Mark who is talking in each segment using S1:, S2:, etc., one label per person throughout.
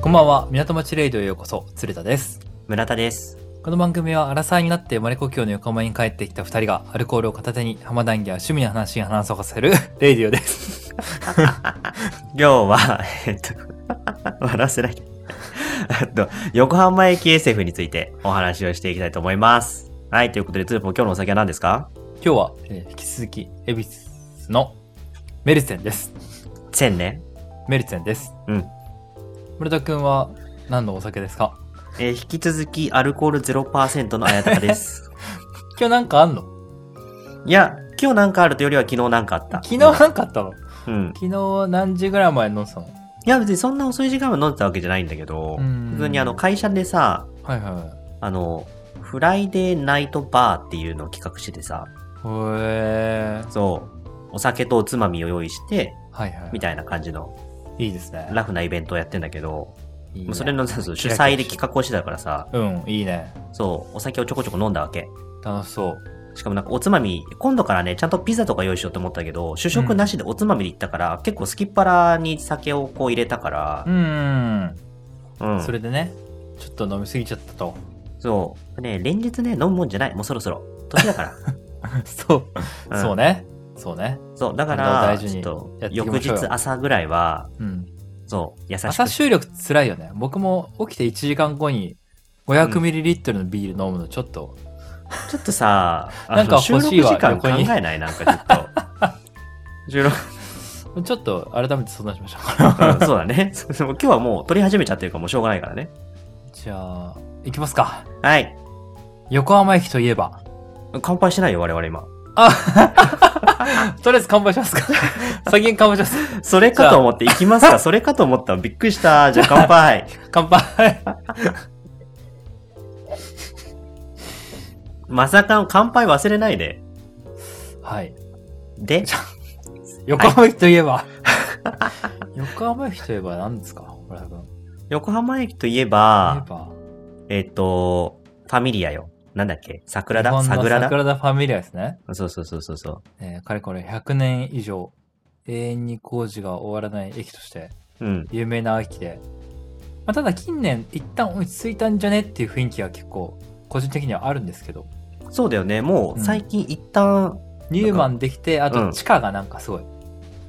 S1: こんばんは、港町レイドへようこそ、鶴田です。
S2: 村田です。
S1: この番組は、アラサーになって生まれ故郷の横浜に帰ってきた二人が、アルコールを片手に浜談義や趣味の話に話をさせる レイディオです。
S2: 今日は、 えっと、笑わせない。 えっと、横浜駅 SF についてお話をしていきたいと思います。はい、ということで、ツーポー今日のお酒は何ですか
S1: 今日は、えー引き続き、恵比寿のメルツェンです。
S2: 千ね。
S1: メルツェンです。
S2: うん。
S1: 村田くんは、何のお酒ですか
S2: えー引き続きアルコール0%の綾 鷹です。
S1: 今日なんかあんの
S2: いや、今日なんかあるというよりは昨日なんかあった。
S1: 昨日なんかあったの
S2: うん。
S1: 昨日何時ぐらい前に飲んでたの
S2: いや、別にそんな遅い時間は飲んでたわけじゃないんだけど、
S1: うん
S2: 普通にあの、会社でさ、
S1: はいはいはい。
S2: あの、フライデーナイトバーっていうのを企画しててさ、
S1: ほえー。
S2: そう、お酒とおつまみを用意して、
S1: はいはい。
S2: みたいな感じの
S1: いいですね。
S2: ラフなイベントをやってんだけど、
S1: いい
S2: も
S1: ね
S2: うそれのさ主
S1: キラキラして
S2: 催で企画をしてたからさ、
S1: うん、いいね。
S2: そう、お酒をちょこちょこ飲んだわけ。
S1: 楽しそう。
S2: しかもなんかおつまみ、今度からね、ちゃんとピザとか用意しようと思ったけど、主食なしでおつまみで行ったから、結構すきっ腹に酒をこう入れたから
S1: う、ーん、
S2: うん。
S1: それでねちょっと飲みすぎちゃったと
S2: そう。ね、連日ね、飲むもんじゃない。もうそろそろ。年だから。
S1: そう、
S2: うん
S1: そうねそうね
S2: そう、だか
S1: 体を
S2: ら、
S1: 大事
S2: ちょ
S1: に
S2: っと
S1: やっ、ていき
S2: 翌
S1: ましょうよ
S2: 日朝ぐらいは、
S1: うん
S2: そう、優しく。
S1: 朝収録つらいよね僕も起きて1時間後に 500ml のビール飲むのちょっと、
S2: ちょっとさ、あの
S1: なんか
S2: 収
S1: 欲
S2: 録
S1: し
S2: 時
S1: いわ
S2: 間考
S1: 横に
S2: えないなんかちょっ と。 収録
S1: ちょっと改めて相談しましょう
S2: うんそうだね。 でも今日はもう撮り始めちゃってるからもうしょうがないからね。
S1: じゃあ行きますか
S2: はい。
S1: 横浜駅といえば
S2: 乾杯してないよ、我々今。
S1: とりあえず乾杯し ますか先に乾杯します
S2: それかと思って、行きます かそれかと思ったびっくりした。じゃあ乾杯。
S1: 乾杯
S2: まさかの乾杯忘れないで。
S1: はい
S2: で、
S1: 横浜駅といえば、 横浜駅といえば何ですか村田君
S2: 横浜駅といえ
S1: 言
S2: ば
S1: え、ば
S2: えっと、ファミリアよ。なんだっけ桜
S1: 日
S2: だ
S1: 本の
S2: 桜だ
S1: 桜田ファミリアですね
S2: そうそうそうそうそ
S1: えーかれこれ100年以上永遠に工事が終わらない駅として
S2: う。うん。
S1: 有名な駅で、まあ、ただ近年一旦落ち着いたんじゃねっていう雰囲気が結構個人的にはあるんですけど
S2: そうだよね。
S1: う
S2: もうん最近一旦
S1: 入満できてあ
S2: う
S1: と
S2: ん
S1: 地下がなんかすごい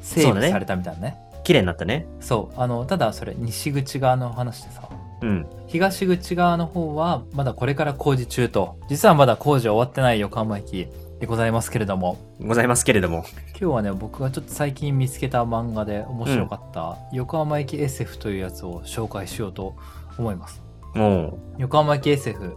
S1: 整
S2: そうだ
S1: 備
S2: ね
S1: されたみたいなね,、
S2: 綺麗になったね。
S1: そうあのただそれ西口側の話でさ
S2: うん。
S1: 東口側の方はまだこれから工事中と実はまだ工事終わってない横浜駅でございますけれども
S2: ございますけれども。
S1: 今日はね僕がちょっと最近見つけた漫画で面白かった、横浜駅 SF というやつを紹介しようと思います
S2: も
S1: 横浜駅 SF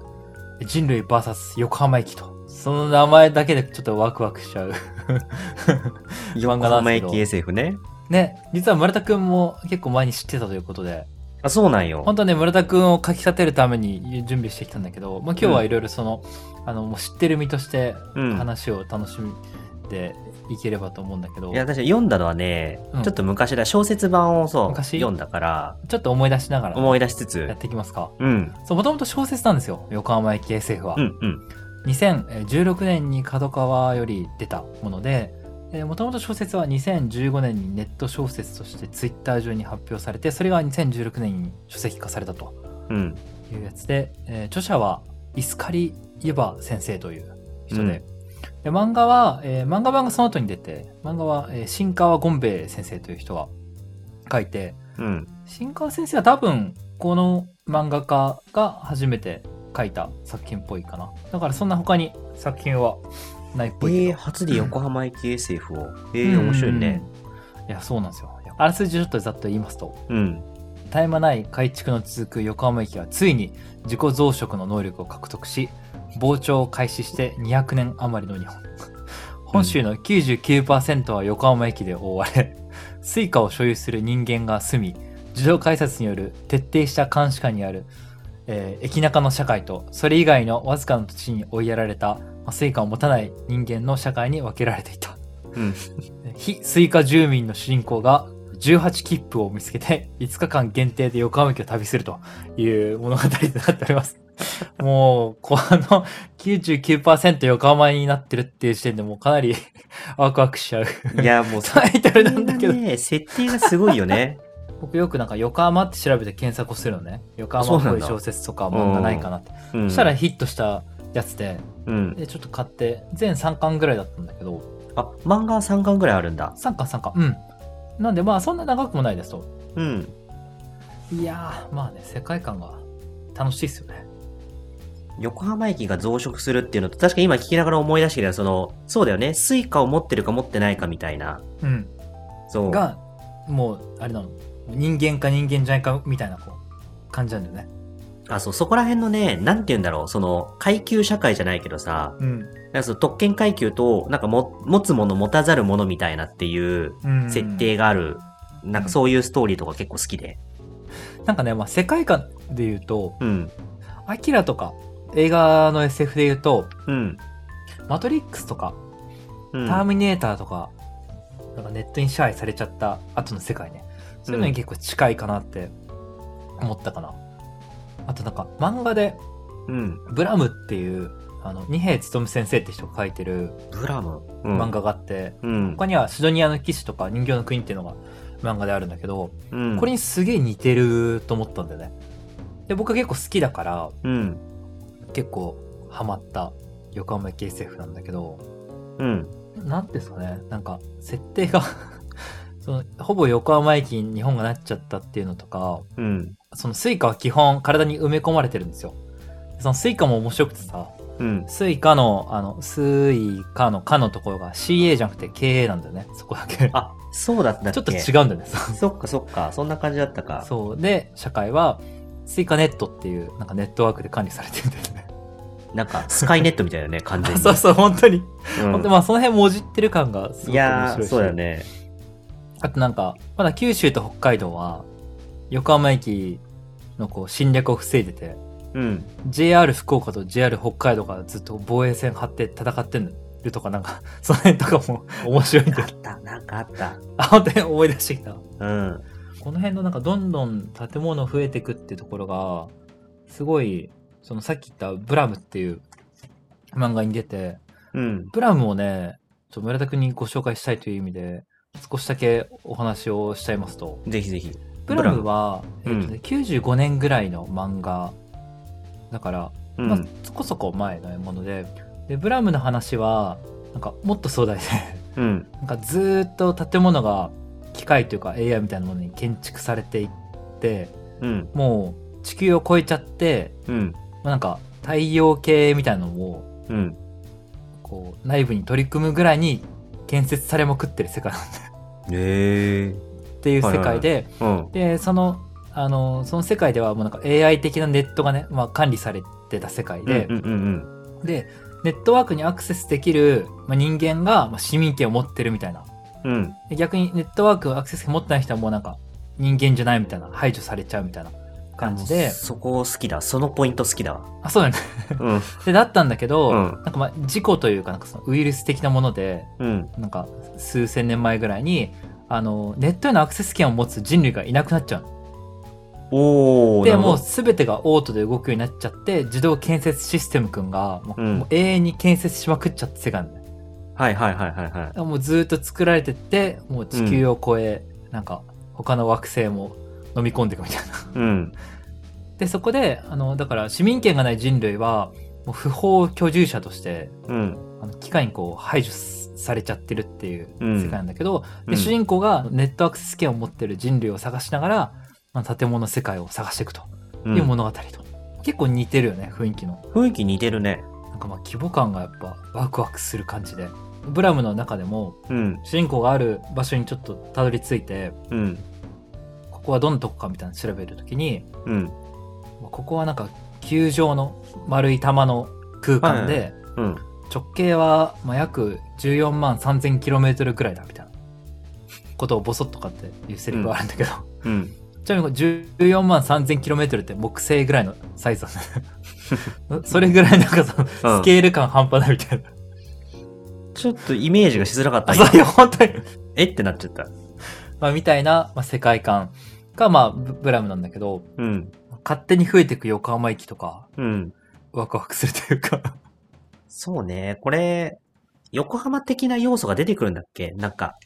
S1: 人類 VS 横浜駅とその名前だけでちょっとワクワクしちゃう
S2: う、
S1: 漫
S2: 横
S1: 画なん
S2: 浜
S1: ですけど
S2: 駅 SF ね。
S1: ね実は村田くんも結構前に知ってたということで
S2: あ、そうなんよ。
S1: 本当はね村田くんをかき立てるために準備してきたんだけど、まあ、今日はいろいろその,、あのもう知ってる身として
S2: うん
S1: 話を楽しんでいければと思うんだけど、
S2: いや、私読んだのはね、
S1: うん
S2: ちょっと昔だ、小説版をそう、
S1: 昔
S2: 読んだから、
S1: ちょっと思い出しながら
S2: 思
S1: や
S2: い出しつつ
S1: っ、ていきますか
S2: うん、
S1: そう、もともと小説なんですよ。横浜駅 SF は。
S2: うん、うん、
S1: 2016年に角川より出たもので、もともと小説は2015年にネット小説としてツイッター上に発表されて、それが2016年に書籍化されたと
S2: うん、
S1: いうやつで、えー著者はイスカリ・イバ先生という人で、で漫画は、えー漫画版がその後に出て、漫画は、えー新川権兵衛先生という人が書いて、
S2: うん、
S1: 新川先生は多分この漫画家が初めて書いた作品っぽいかなだからそんな他に作品はないっ
S2: え
S1: ぽいけど、
S2: ー初で横浜駅 SF を。えー、
S1: うん
S2: 面白いね。
S1: いやそうなんですよあらすじちょっとざっと言いますと
S2: うん、
S1: 絶え間ない改築の続く横浜駅はついに自己増殖の能力を獲得し膨張を開始して200年余りの日本本州の99%は横浜駅で覆われスイカを所有する人間が住み自動改札による徹底した監視下にある、えー駅中の社会とそれ以外のわずかな土地に追いやられた、まあ、スイカを持たない人間の社会に分けられていた
S2: うん、
S1: 非スイカ住民の主人公が18切符を見つけて5日間限定で横浜駅を旅するという物語となっており ます。もう、この99%横浜になってるっていう時点でもうかなり ワクワクしちゃう
S2: いや、もう、
S1: タイトルなんだけど。
S2: ね、設定がすごいよね。
S1: 僕よくなんか横浜って調べて検索をするのね横浜っぽい小説とか漫画ないかなって
S2: うん
S1: そしたらヒットしたやつで
S2: うん。
S1: でちょっと買って全3巻ぐらいだったんだけど
S2: あ、漫画3巻ぐらいあるんだ。
S1: 3巻3巻うんなんでまあそんな長くもないですと
S2: うん。
S1: いやーまあね世界観が楽しいっすよね
S2: 横浜駅が増殖するっていうのと、確か今聞きながら思い出してきた、その、そうだよね。スイカを持ってるか持ってないかみたいな。
S1: うん
S2: そう。
S1: がもうあれなの人間か人間じゃないかみたいなこう感じなんだよね
S2: あ、そう、そこら辺のね、なんて言うんだろう。その、階級社会じゃないけどさ、
S1: うん
S2: なんかその特権階級と、なんかも、持つもの持たざるものみたいなっていう
S1: うん
S2: 設定がある。なんかそういうストーリーとか結構好きで。
S1: なんかね、まあ、世界観で言うと
S2: うん。
S1: 「アキラ」とか映画の SF で言うと
S2: うん。
S1: 「マトリックス」とか「
S2: うん、
S1: ターミネーター」とか,、なんかネットに支配されちゃった後の世界ねそういうのに結構近いかなって思ったかな、あとなんか漫画で
S2: うん。
S1: ブラムっていうあの二瓶勉先生って人が書いてる
S2: ブラム。うん
S1: 漫。画があって、
S2: うん。
S1: 他には「シドニアの騎士」とか「人形の国」っていうのが漫画であるんだけど、
S2: うん。
S1: これにすげえ似てると思ったんだよねで僕は結構好きだから
S2: うん。
S1: 結構ハマった横浜駅 SF なんだけど
S2: うん。
S1: なんていうんですかねなんか設定が そのほぼ横浜駅に日本がなっちゃったっていうのとか
S2: うん。
S1: そのスイカは基本体に埋め込まれてるんですよそのスイカも面白くてさ
S2: うん。
S1: スイカのあのスイカの「か」のところが CA じゃなくて KA なんだよねそこだけち
S2: あ、そうだったっけ
S1: ょっと違
S2: う。
S1: うんだよねそう
S2: そっかそっか。そんな感じだったか。
S1: そうで社会はスイカネットっていうなんかネットワークで管理されてるんだよね
S2: なんか、スカイネットみたいだよ ね、完全に。
S1: そうそう本当に、
S2: うん
S1: 本当まあその辺もじってる感がすごく面白いし
S2: いやー、そうだよね。
S1: あとなんかまだ九州と北海道は横浜駅のこう侵略を防いでて
S2: うん。
S1: JR 福岡と JR 北海道がずっと防衛線張って戦ってるとかなんかその辺とかも面白いんだ
S2: あ
S1: よ
S2: った、なんかあった。
S1: あ本当に思い出してきた
S2: うん。
S1: この辺のなんかどんどん建物増えてくってところがすごいそのさっき言った「ブラム」っていう漫画に出て
S2: うん。
S1: ブラムをねちょっと村田君にご紹介したいという意味で少しだけお話をしちゃいますと
S2: ぜひぜひ。
S1: ブラムは、
S2: ブラム
S1: えっとね、95年ぐらいの漫画だから、
S2: う
S1: まあ
S2: ん。、
S1: そこそこ前のものででブラムの話はなんかもっと壮大で
S2: うん。
S1: なんかずーっと建物が機械というか AI みたいなものに建築されていって
S2: うん。
S1: もう地球を超えちゃって、
S2: うん。
S1: まあなんか太陽系みたいなのを
S2: うん。
S1: こう内部に取り組むぐらいに建設されまくってる世界っ
S2: へえ。
S1: ていう世界で、
S2: うん。
S1: でそのあのその世界ではもうなんか AI 的なネットがね、まあ、管理されてた世界で
S2: う、んうん
S1: でネットワークにアクセスできる、まあ、人間がまあ市民権を持ってるみたいな
S2: うん。うん。
S1: で逆にネットワークアクセス権持ってない人はもうなんか人間じゃないみたいな排除されちゃうみたいな感じで
S2: そこ好きだ。そのポイント好きだわ。
S1: あそうだね
S2: うん。
S1: でだったんだけど、
S2: うん
S1: なんかまあ事故というかなんかそのウイルス的なもので
S2: うん。
S1: なんか数千年前ぐらいにあのネットへのアクセス権を持つ人類がいなくなっちゃうの
S2: おー。
S1: で
S2: なるほ
S1: もう
S2: ど
S1: 全てがオートで動くようになっちゃって自動建設システムくんがもう,、
S2: うん
S1: 永遠に建設しまくっちゃって世界なんだよ
S2: はいはいはいはいは
S1: だからもうずーっと作られてってもう地球を超え、なんか他の惑星も飲み込んでいくみたいな
S2: い。うん。
S1: でそこであのだから市民権がない人類はもう不法居住者として
S2: うん。
S1: あの機械にこう排除されちゃってるっていう
S2: うん
S1: 世界なんだけど、
S2: うん
S1: で主人公がネットアクセス権を持ってる人類を探しながら、まあ、建物の世界を探していくと
S2: うん
S1: いう物語と、結構似てるよね雰囲気の
S2: 雰囲気似てるね。
S1: なんかまあ規模感がやっぱワクワクする感じでブラムの中でも
S2: うん。
S1: 主人公がある場所にちょっとたどり着いて
S2: うん。
S1: ここはどんなとこかみたいなの調べるときに
S2: うん。
S1: まあここはなんか球状の丸い玉の空間
S2: は
S1: で
S2: うん。
S1: 直径はまあ約14万 3000km くらいだみたいなことをボソッとかっていうセリフがあるんだけど、
S2: うん。
S1: ちなみにこれ14万 3000km って木星ぐらいのサイズなんだね それぐらいなんかその
S2: うん
S1: スケール感半端ないみたいな。
S2: ちょっとイメージがしづらかった
S1: あ、。そういう本当に。
S2: えってなっちゃった。
S1: まあ、みたいな、まあ、世界観が、まあ、ブブラムなんだけど、
S2: うん。
S1: 勝手に増えていく横浜駅とか、
S2: うん。
S1: ワクワクするというか。
S2: そうね。これ、横浜的な要素が出てくるんだっけなんか。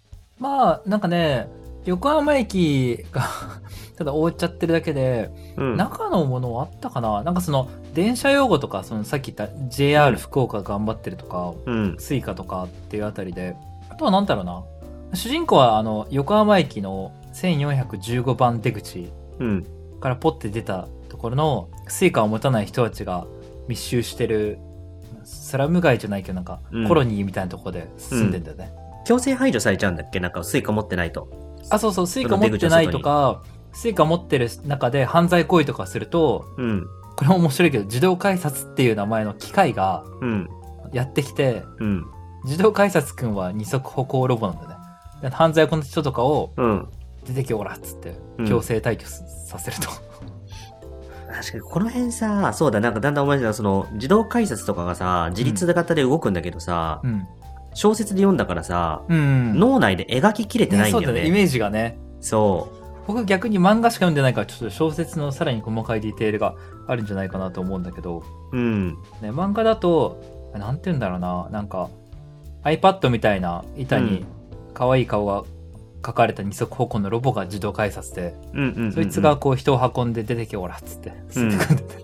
S1: まあ、なんかね、横浜駅が ただ覆っちゃってるだけで、
S2: うん。
S1: 中のものはあったかななんかその電車用語とかそのさっき言った JR 福岡頑張ってるとか、
S2: うん。
S1: スイカとかっていうあたりであとは何だろうな主人公はあの横浜駅の1415番出口
S2: うん。
S1: からポッて出たところのスイカを持たない人たちが密集してるスラム街じゃないけどなんか
S2: うん
S1: コロニーみたいなとこで住んでんだよね、
S2: 強制排除されちゃうんだっけなんかスイカ持ってないと。
S1: あそうそうスイカ持ってないとかスイカ持ってる中で犯罪行為とかすると
S2: うん。
S1: これも面白いけど自動改札っていう名前の機械が
S2: うん。
S1: やってきて
S2: うん。
S1: 自動改札くんは二足歩行ロボなんだよねで犯罪行為の人とかを
S2: うん。
S1: 出てきおらっつって
S2: うん
S1: 強制退去すさせると、
S2: 確かに、この辺さ、そうだ、なんかだんだん思い出したその、自動改札とかがさ、自立型で動くんだけどさ、
S1: うん
S2: 小説で読んだからさ、
S1: うん
S2: 脳内で描ききれてないん
S1: そうだ
S2: だよ
S1: ねイ
S2: ね。
S1: メージがね
S2: そう。
S1: 僕逆に漫画しか読んでないからちょっと小説のさらに細かいディテールがあるんじゃないかなと思うんだけど、
S2: うん。
S1: ね、漫画だとなんて言うんだろうななんか iPad みたいな板
S2: う
S1: に
S2: ん
S1: 可愛い顔が描かれた二足歩行のロボが自動改札で、
S2: うんうんうんうん
S1: そいつが、こう人を運んで出てきおらっつって吸ってくんでて、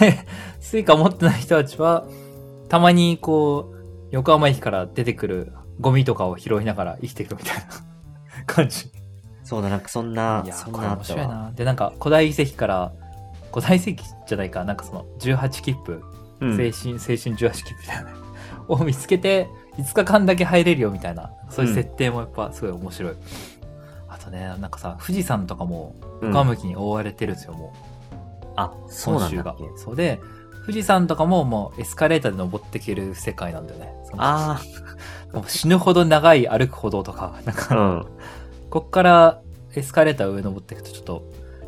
S1: でスイカ持ってない人たちはたまにこう横浜駅から出てくるゴミとかを拾いながら生きていくみたいな感じ
S2: そうだ、なんかそんな、
S1: いや
S2: そん
S1: これ
S2: なあ
S1: 面
S2: った
S1: 白い
S2: わ。
S1: なでなんか古代遺跡から古代遺跡じゃないかなんかその18切符、
S2: うん
S1: 青春青春18切符みたいな ねを見つけて5日間だけ入れるよみたいなそういう設定もやっぱすごい面白い、あとねなんかさ富士山とかも
S2: うん
S1: 横向きに覆われてるんですよ、も
S2: あ、
S1: う
S2: そうな
S1: 本
S2: ん
S1: 州
S2: だ
S1: が
S2: っけ。
S1: そうで富士山とかももうエスカレーターで登っていける世界なんだよねその
S2: あ
S1: もう死ぬほど長い歩く歩道とかなんか
S2: あ、
S1: こっからエスカレーター上登っていくとちょっと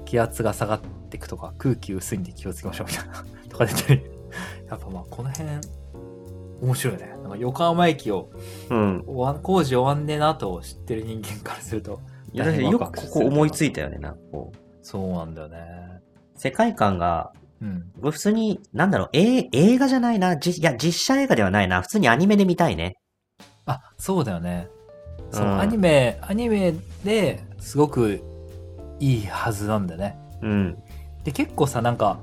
S1: 気圧が下がっていくとか空気薄いんで気をつけましょうみたいなとか出たり やっぱまあこの辺面白いねなんか横浜駅を
S2: うん。うん。
S1: 終わん工事終わんねえなと知ってる人間からすると
S2: いや、だってよくここ思いついたよね、なんかこう。
S1: そうなんだよね
S2: 世界観が、
S1: うん
S2: これ普通に、なんだろう、え映画じゃないな、じいや、実写映画ではないな、普通にアニメで見たいね。
S1: あそうだよねそう、
S2: うん
S1: アニメアニメですごくいいはずなんだよね
S2: うん。
S1: で結構さなんか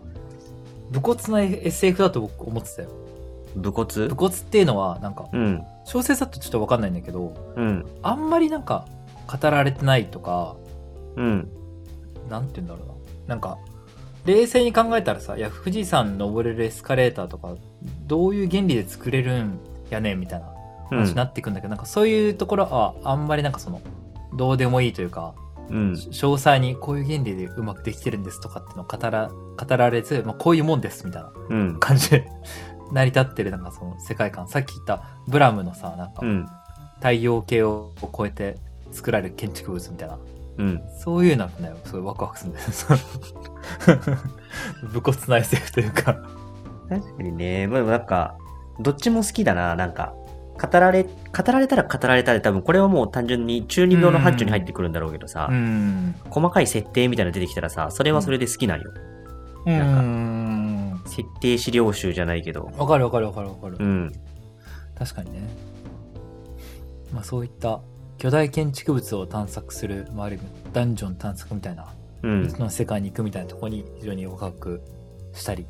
S1: 武骨な SF だと僕思ってたよ
S2: 武骨
S1: 武骨っていうのはなんか
S2: うん。
S1: 小説だとちょっと分かんないんだけど
S2: うん。
S1: あんまりなんか語られてないとか
S2: うん。
S1: なんて言うんだろうななんか冷静に考えたらさいや富士山登れるエスカレーターとかどういう原理で作れるんやねんみたいな
S2: う
S1: 話に
S2: ん。
S1: なってくんだけど、なんかそういうところはあんまりなんかそのどうでもいいというか
S2: うん。
S1: 詳細にこういう原理でうまくできてるんですとかっていうのを語ら語られず、まあ、こういうもんですみたいな
S2: うん。
S1: 感じで 成り立ってるなんかその世界観さっき言ったブラムのさなんか、
S2: うん。
S1: 太陽系を超えて作られる建築物みたいな
S2: うん。
S1: そういうのがねすごいワクワクするんだよね その武骨な SF というか
S2: 確かにね、まあでもなんか、どっちも好きだな、なんか。語られ、語られたら語られたで多分これはもう単純に中二病の範疇に入ってくるんだろうけどさ、
S1: ん
S2: 細かい設定みたいなの出てきたらさ、それはそれで好きなんよ。
S1: う
S2: なんか
S1: ん
S2: 設定資料集じゃないけど。
S1: わかるわかるわかるわかる、
S2: うん。
S1: 確かにねまあそういった巨大建築物を探索する、まあ、ある意味ダンジョン探索みたいな
S2: うん。
S1: その世界に行くみたいなところに非常にワクワクしたり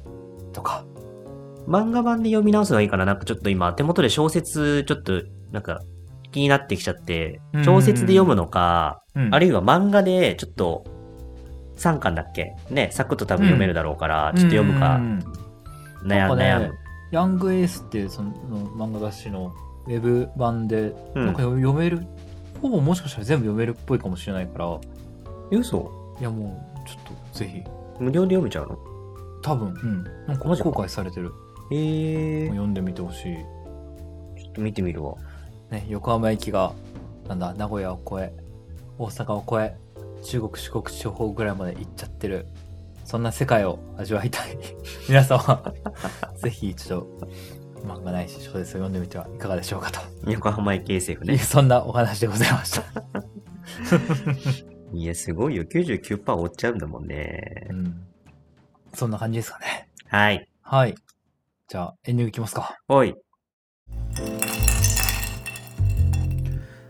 S1: とか
S2: 漫画版で読み直すのがいいかな。なんかちょっと今、手元で小説、ちょっと、なんか、気になってきちゃって
S1: うん、
S2: 小説で読むのか、あ
S1: れ
S2: るいは漫画で、ちょっと、3巻だっけね、サクッと多分読めるだろうから、ちょっと読むか、悩む、
S1: なんか
S2: 悩
S1: ね
S2: む。
S1: ヤングエースっていうその漫画雑誌のウェブ版で
S2: うん
S1: なんか読める、ほぼもしかしたら全部読めるっぽいかもしれないからい
S2: え、嘘
S1: やもうちょっとぜひ
S2: 無料で読めちゃうの
S1: 多分うんなんか
S2: マジか
S1: 後悔されてる
S2: えー、
S1: 読んでみてほしい、
S2: ちょっと見てみるわ。
S1: ね、横浜駅がなんだ名古屋を越え大阪を越え中国四国地方ぐらいまで行っちゃってるそんな世界を味わいたい 皆様 ぜひ一度漫画ないし小説を読んでみてはいかがでしょうかと
S2: 横浜駅 SF
S1: いう
S2: ね。
S1: そんなお話でございま した
S2: いや、すごいよ。99%追っちゃうんだもんね。
S1: うんそんな感じですかね。
S2: はい。
S1: はい。じゃあ、エンディングいきますか。
S2: おい。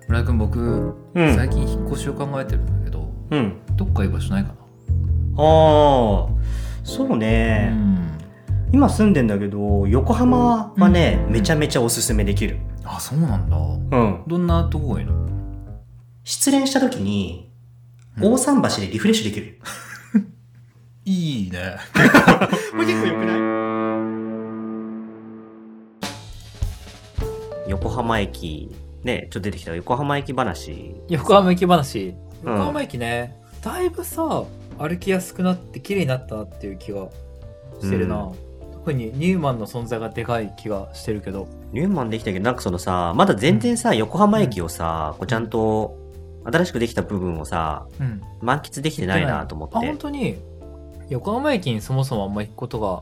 S1: 村井君僕、
S2: うん。
S1: 最近引っ越しを考えてるんだけど
S2: うん。
S1: どっかいい場所ないかな
S2: ああ、そうね。
S1: うん
S2: 今住んでんだけど横浜はね、めちゃめちゃおすすめできる、
S1: あそうなんだ
S2: うん、
S1: どんなとこがいいの
S2: 失恋した時に
S1: うん
S2: 大桟橋でリフレッシュできる、
S1: いいね
S2: こ れ結構よくない横浜駅ねちょっと出てきた横浜駅話
S1: 横浜駅話
S2: うん
S1: 横浜駅ね、だいぶさ歩きやすくなって綺麗になったなっていう気がしてるな、
S2: う
S1: 特にニューマンの存在がでかい気がしてるけど
S2: ニューマンできたけどなんかそのさまだ全然さ横浜駅をさこうちゃんと新しくできた部分をさ
S1: うん
S2: 満喫できてないなと思
S1: あ
S2: って
S1: 本当に横浜駅にそもそもあんま行くことが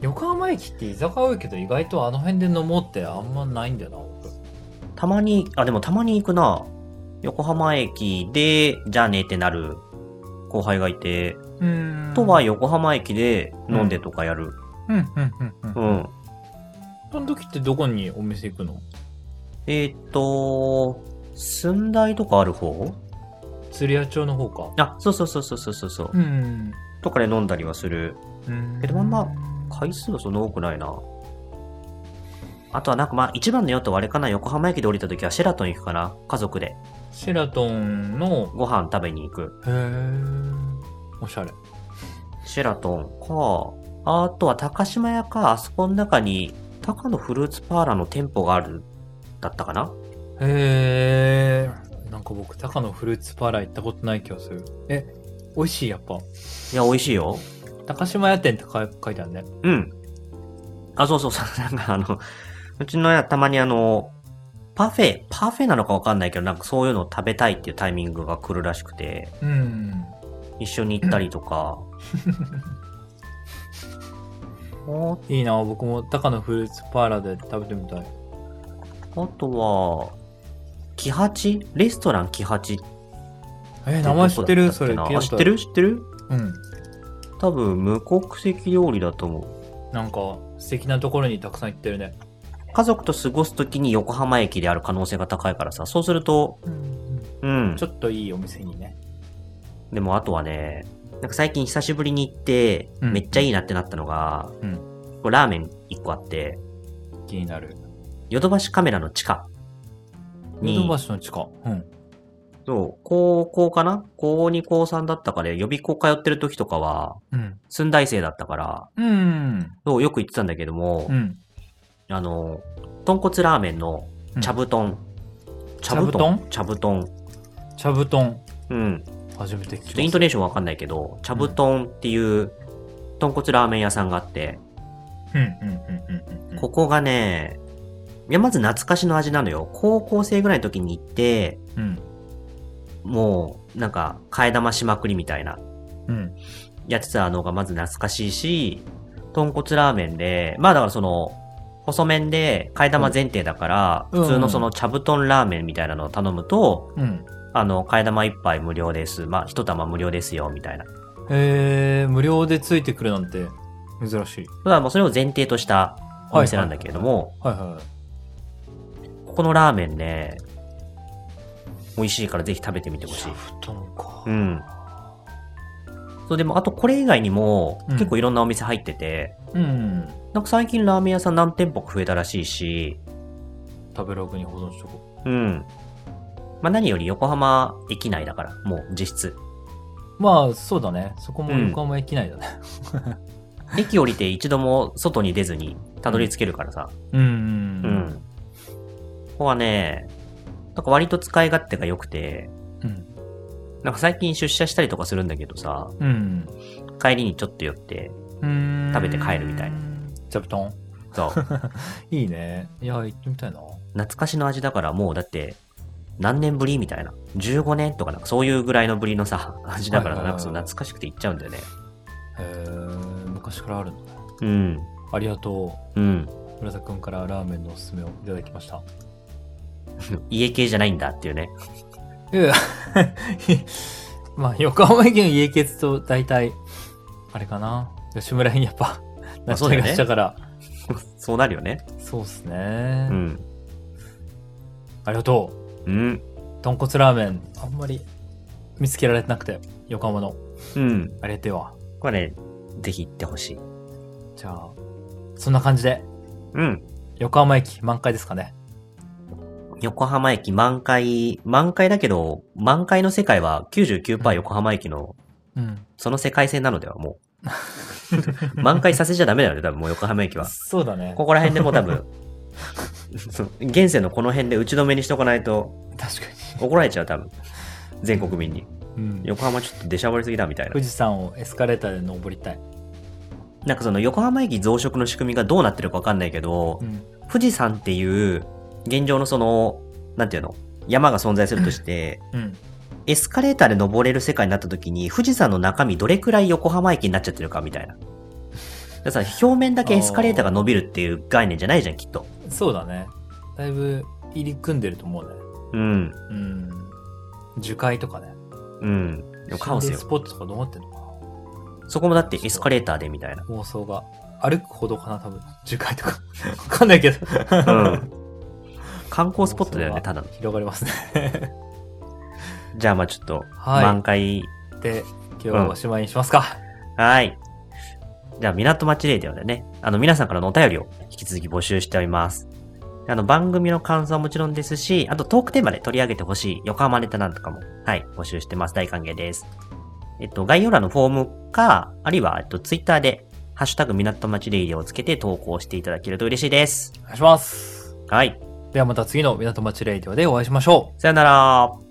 S1: 横浜駅って居酒屋多いけど意外とあの辺で飲もうってあんまないんだよな
S2: たまに、あ、でもたまに行くな。横浜駅で、じゃあねってなる後輩がいて、
S1: うーん
S2: とは横浜駅で飲んでとかやる。
S1: うんうんうんう
S2: うんん。
S1: その時ってどこにお店行くの
S2: えーっと、寸大とかある方
S1: 釣り屋町の方か
S2: あ、そうそうそうそうそうそう。う
S1: うん
S2: とかで飲んだりはする。
S1: うん
S2: けどまあ回数はそんな多くないな。あとはなんかまあ一番のよとはあれかな横浜駅で降りた時はシェラトン行くかな家族で
S1: シェラトンの
S2: ご飯食べに行く。
S1: へえおしゃれ
S2: シェラトンか、あとは高島屋か、あそこの中に、高野フルーツパーラーの店舗がある、だったかな
S1: へえなんか僕高野フルーツパーラー行ったことない気がするえ美味しいやっぱ
S2: いや、美味しいよ。
S1: 高島屋店って書い書いてあるね
S2: うん。あ、そうそうそう、なんかあの、うちの親たまにあの、パフェ、パフェなのかわかんないけど、なんかそういうのを食べたいっていうタイミングが来るらしくて、
S1: うん
S2: 一緒に行ったりとか。あ
S1: いいな僕も高野フルーツパーラーで食べてみたい
S2: あとは、キハチレストランキハチって
S1: えー名
S2: どこだ
S1: 前
S2: っ
S1: 知
S2: た
S1: っ
S2: ってけ
S1: る
S2: な
S1: それ
S2: あ知ってる知ってる
S1: うん
S2: 多分無国籍料理だと思う。
S1: なんか素敵なところにたくさん行ってるね
S2: 家族と過ごすときに横浜駅である可能性が高いからさ、そうすると、うん
S1: ち。ょっといいお店にね
S2: でもあとはね、なんか最近久しぶりに行って、
S1: うん
S2: めっちゃいいなってなったのが、
S1: うん
S2: こうラーメン1個あって、
S1: 気になる
S2: ヨドバシカメラの地下
S1: ヨ
S2: に
S1: ド、バシの地下うん
S2: そう、高校かな高2高3だったから、予備校通ってる時とかは、
S1: うん
S2: 寸大生だったから、
S1: うん
S2: そう、よく行ってたんだけども、
S1: うん
S2: あの、豚骨ラーメンの茶布団。
S1: 茶布団
S2: 茶布団。
S1: 茶布団
S2: うん。
S1: 初めて聞き
S2: ちょっと
S1: ま
S2: イン
S1: し
S2: ト
S1: た
S2: ネーションわかんないけど、茶布団っていう豚骨ラーメン屋さんがあって、
S1: うんうんうんうんうんうん
S2: ここがね、いや、まず懐かしの味なのよ。高校生ぐらいの時に行って、
S1: うん
S2: もう、なんか、替え玉しまくりみたいな
S1: うん
S2: やってたのがまず懐かしいし、豚骨ラーメンで、まあだからその、細麺で替え玉前提だから、
S1: うん
S2: 普通のその茶布団ラーメンみたいなのを頼むと、
S1: うん
S2: あの、替え玉一杯無料です。まあ、一玉無料ですよ、みたいな。
S1: えー、無料でついてくるなんて珍しい
S2: ただもうそれを前提としたお店なんだけれども、
S1: はいは
S2: ここのラーメンね、美味しいからぜひ食べてみて
S1: い
S2: ほしい
S1: 茶。布団か
S2: うん。そう、でも、あとこれ以外にも、
S1: うん
S2: 結構いろんなお店入ってて、
S1: うん
S2: なんか最近ラーメン屋さん何店舗か増えたらしいし、
S1: 食べログに保存しとこ
S2: うん。まあ何より横浜駅内だから、もう実質。
S1: うまあそうだねそこも
S2: うん
S1: 横浜駅内だね
S2: 駅降りて一度も外に出ずにたどり着けるからさ。
S1: うん
S2: う。
S1: うん
S2: ここはね、なんか割と使い勝手が良くて、
S1: うん
S2: なんか最近出社したりとかするんだけどさ、
S1: うん
S2: 帰りにちょっと寄って、
S1: うん
S2: 食べて帰るみたいな
S1: 座布団
S2: そう、
S1: いいねいや行ってみたいな
S2: 懐かしの味だからもうだって、何年ぶりみたいな。15年とかなんかそういうぐらいのぶりのさ、味だから
S1: はいはいはい
S2: なんかそう懐かしくて行っちゃうんだよね。
S1: へー昔からあるんだね
S2: うん。
S1: ありがと
S2: うん。
S1: う村田くんからラーメンのおすすめをいただきました
S2: 家系じゃないんだっていうね。
S1: いや まあ横浜駅の家系と大体あれかな吉村にやっぱなっ
S2: まあ
S1: ち
S2: そ
S1: ゃ
S2: う
S1: い
S2: だよ
S1: が
S2: ね
S1: ちだから
S2: そうなるよね。
S1: そうっすね、
S2: うん。
S1: ありがと
S2: うん。
S1: 豚骨ラーメンあんまり見つけられてなくて横浜の
S2: うん。
S1: あれでは
S2: これ、ぜひ行ってほしい。
S1: じゃあそんな感じで
S2: うん。
S1: 横浜駅満開ですかね
S2: 横浜駅満開、満開だけど、満開の世界は99%横浜駅の、
S1: うん
S2: その世界線なのではも う。満開させちゃダメだよね、多分もう横浜駅は。
S1: そうだね
S2: ここら辺でもう 多分、そう現世のこの辺で打ち止めにしとかないと
S1: 確か
S2: 怒られちゃう、多分。全国民に。
S1: に、うん、
S2: 横浜ちょっと出しゃばりすぎだみたいな
S1: 富。士山をエスカレーターで登りたい、
S2: なんかその横浜駅増殖の仕組みがどうなってるかわかんないけど、
S1: うん
S2: 富士山っていう現状のその、なんていうの山が存在するとして、
S1: うん、
S2: エスカレーターで登れる世界になった時に、富士山の中身どれくらい横浜駅になっちゃってるかみたいな。だからさ、表面だけエスカレーターが伸びるっていう概念じゃないじゃん、きっと。
S1: そうだねだいぶ入り組んでると思うね
S2: うん。
S1: うん樹海とかね
S2: うん。でもカオス
S1: 心霊
S2: よ
S1: ス。ポットとかどうなってんのか
S2: そこもだってエスカレーターで みたい
S1: な
S2: な。
S1: 妄想が歩くほどかな多分樹海とか わかんないけど
S2: うん。観光スポットだよ
S1: 妄
S2: ね、
S1: 想
S2: た
S1: が
S2: だの。
S1: 広がりますね
S2: じゃあまあちょっと、
S1: はい
S2: 満開
S1: で今日はおしまいにしますか、
S2: はい。じゃあ、港町レイディオでね、あの、皆さんからのお便りを引き続き募集しております。あの、番組の感想はもちろんですし、あとトークテーマで取り上げてほしい横浜ネタなんとかも、はい、募集してます。大歓迎です。えっと、概要欄のフォームか、あるいは、えっと、ツイッターで、ハッシュタグ港町レイディオをつけて投稿していただけると嬉しいです。
S1: お願いします
S2: はい。
S1: ではまた次の港町レイディオでお会いしましょう
S2: さよなら。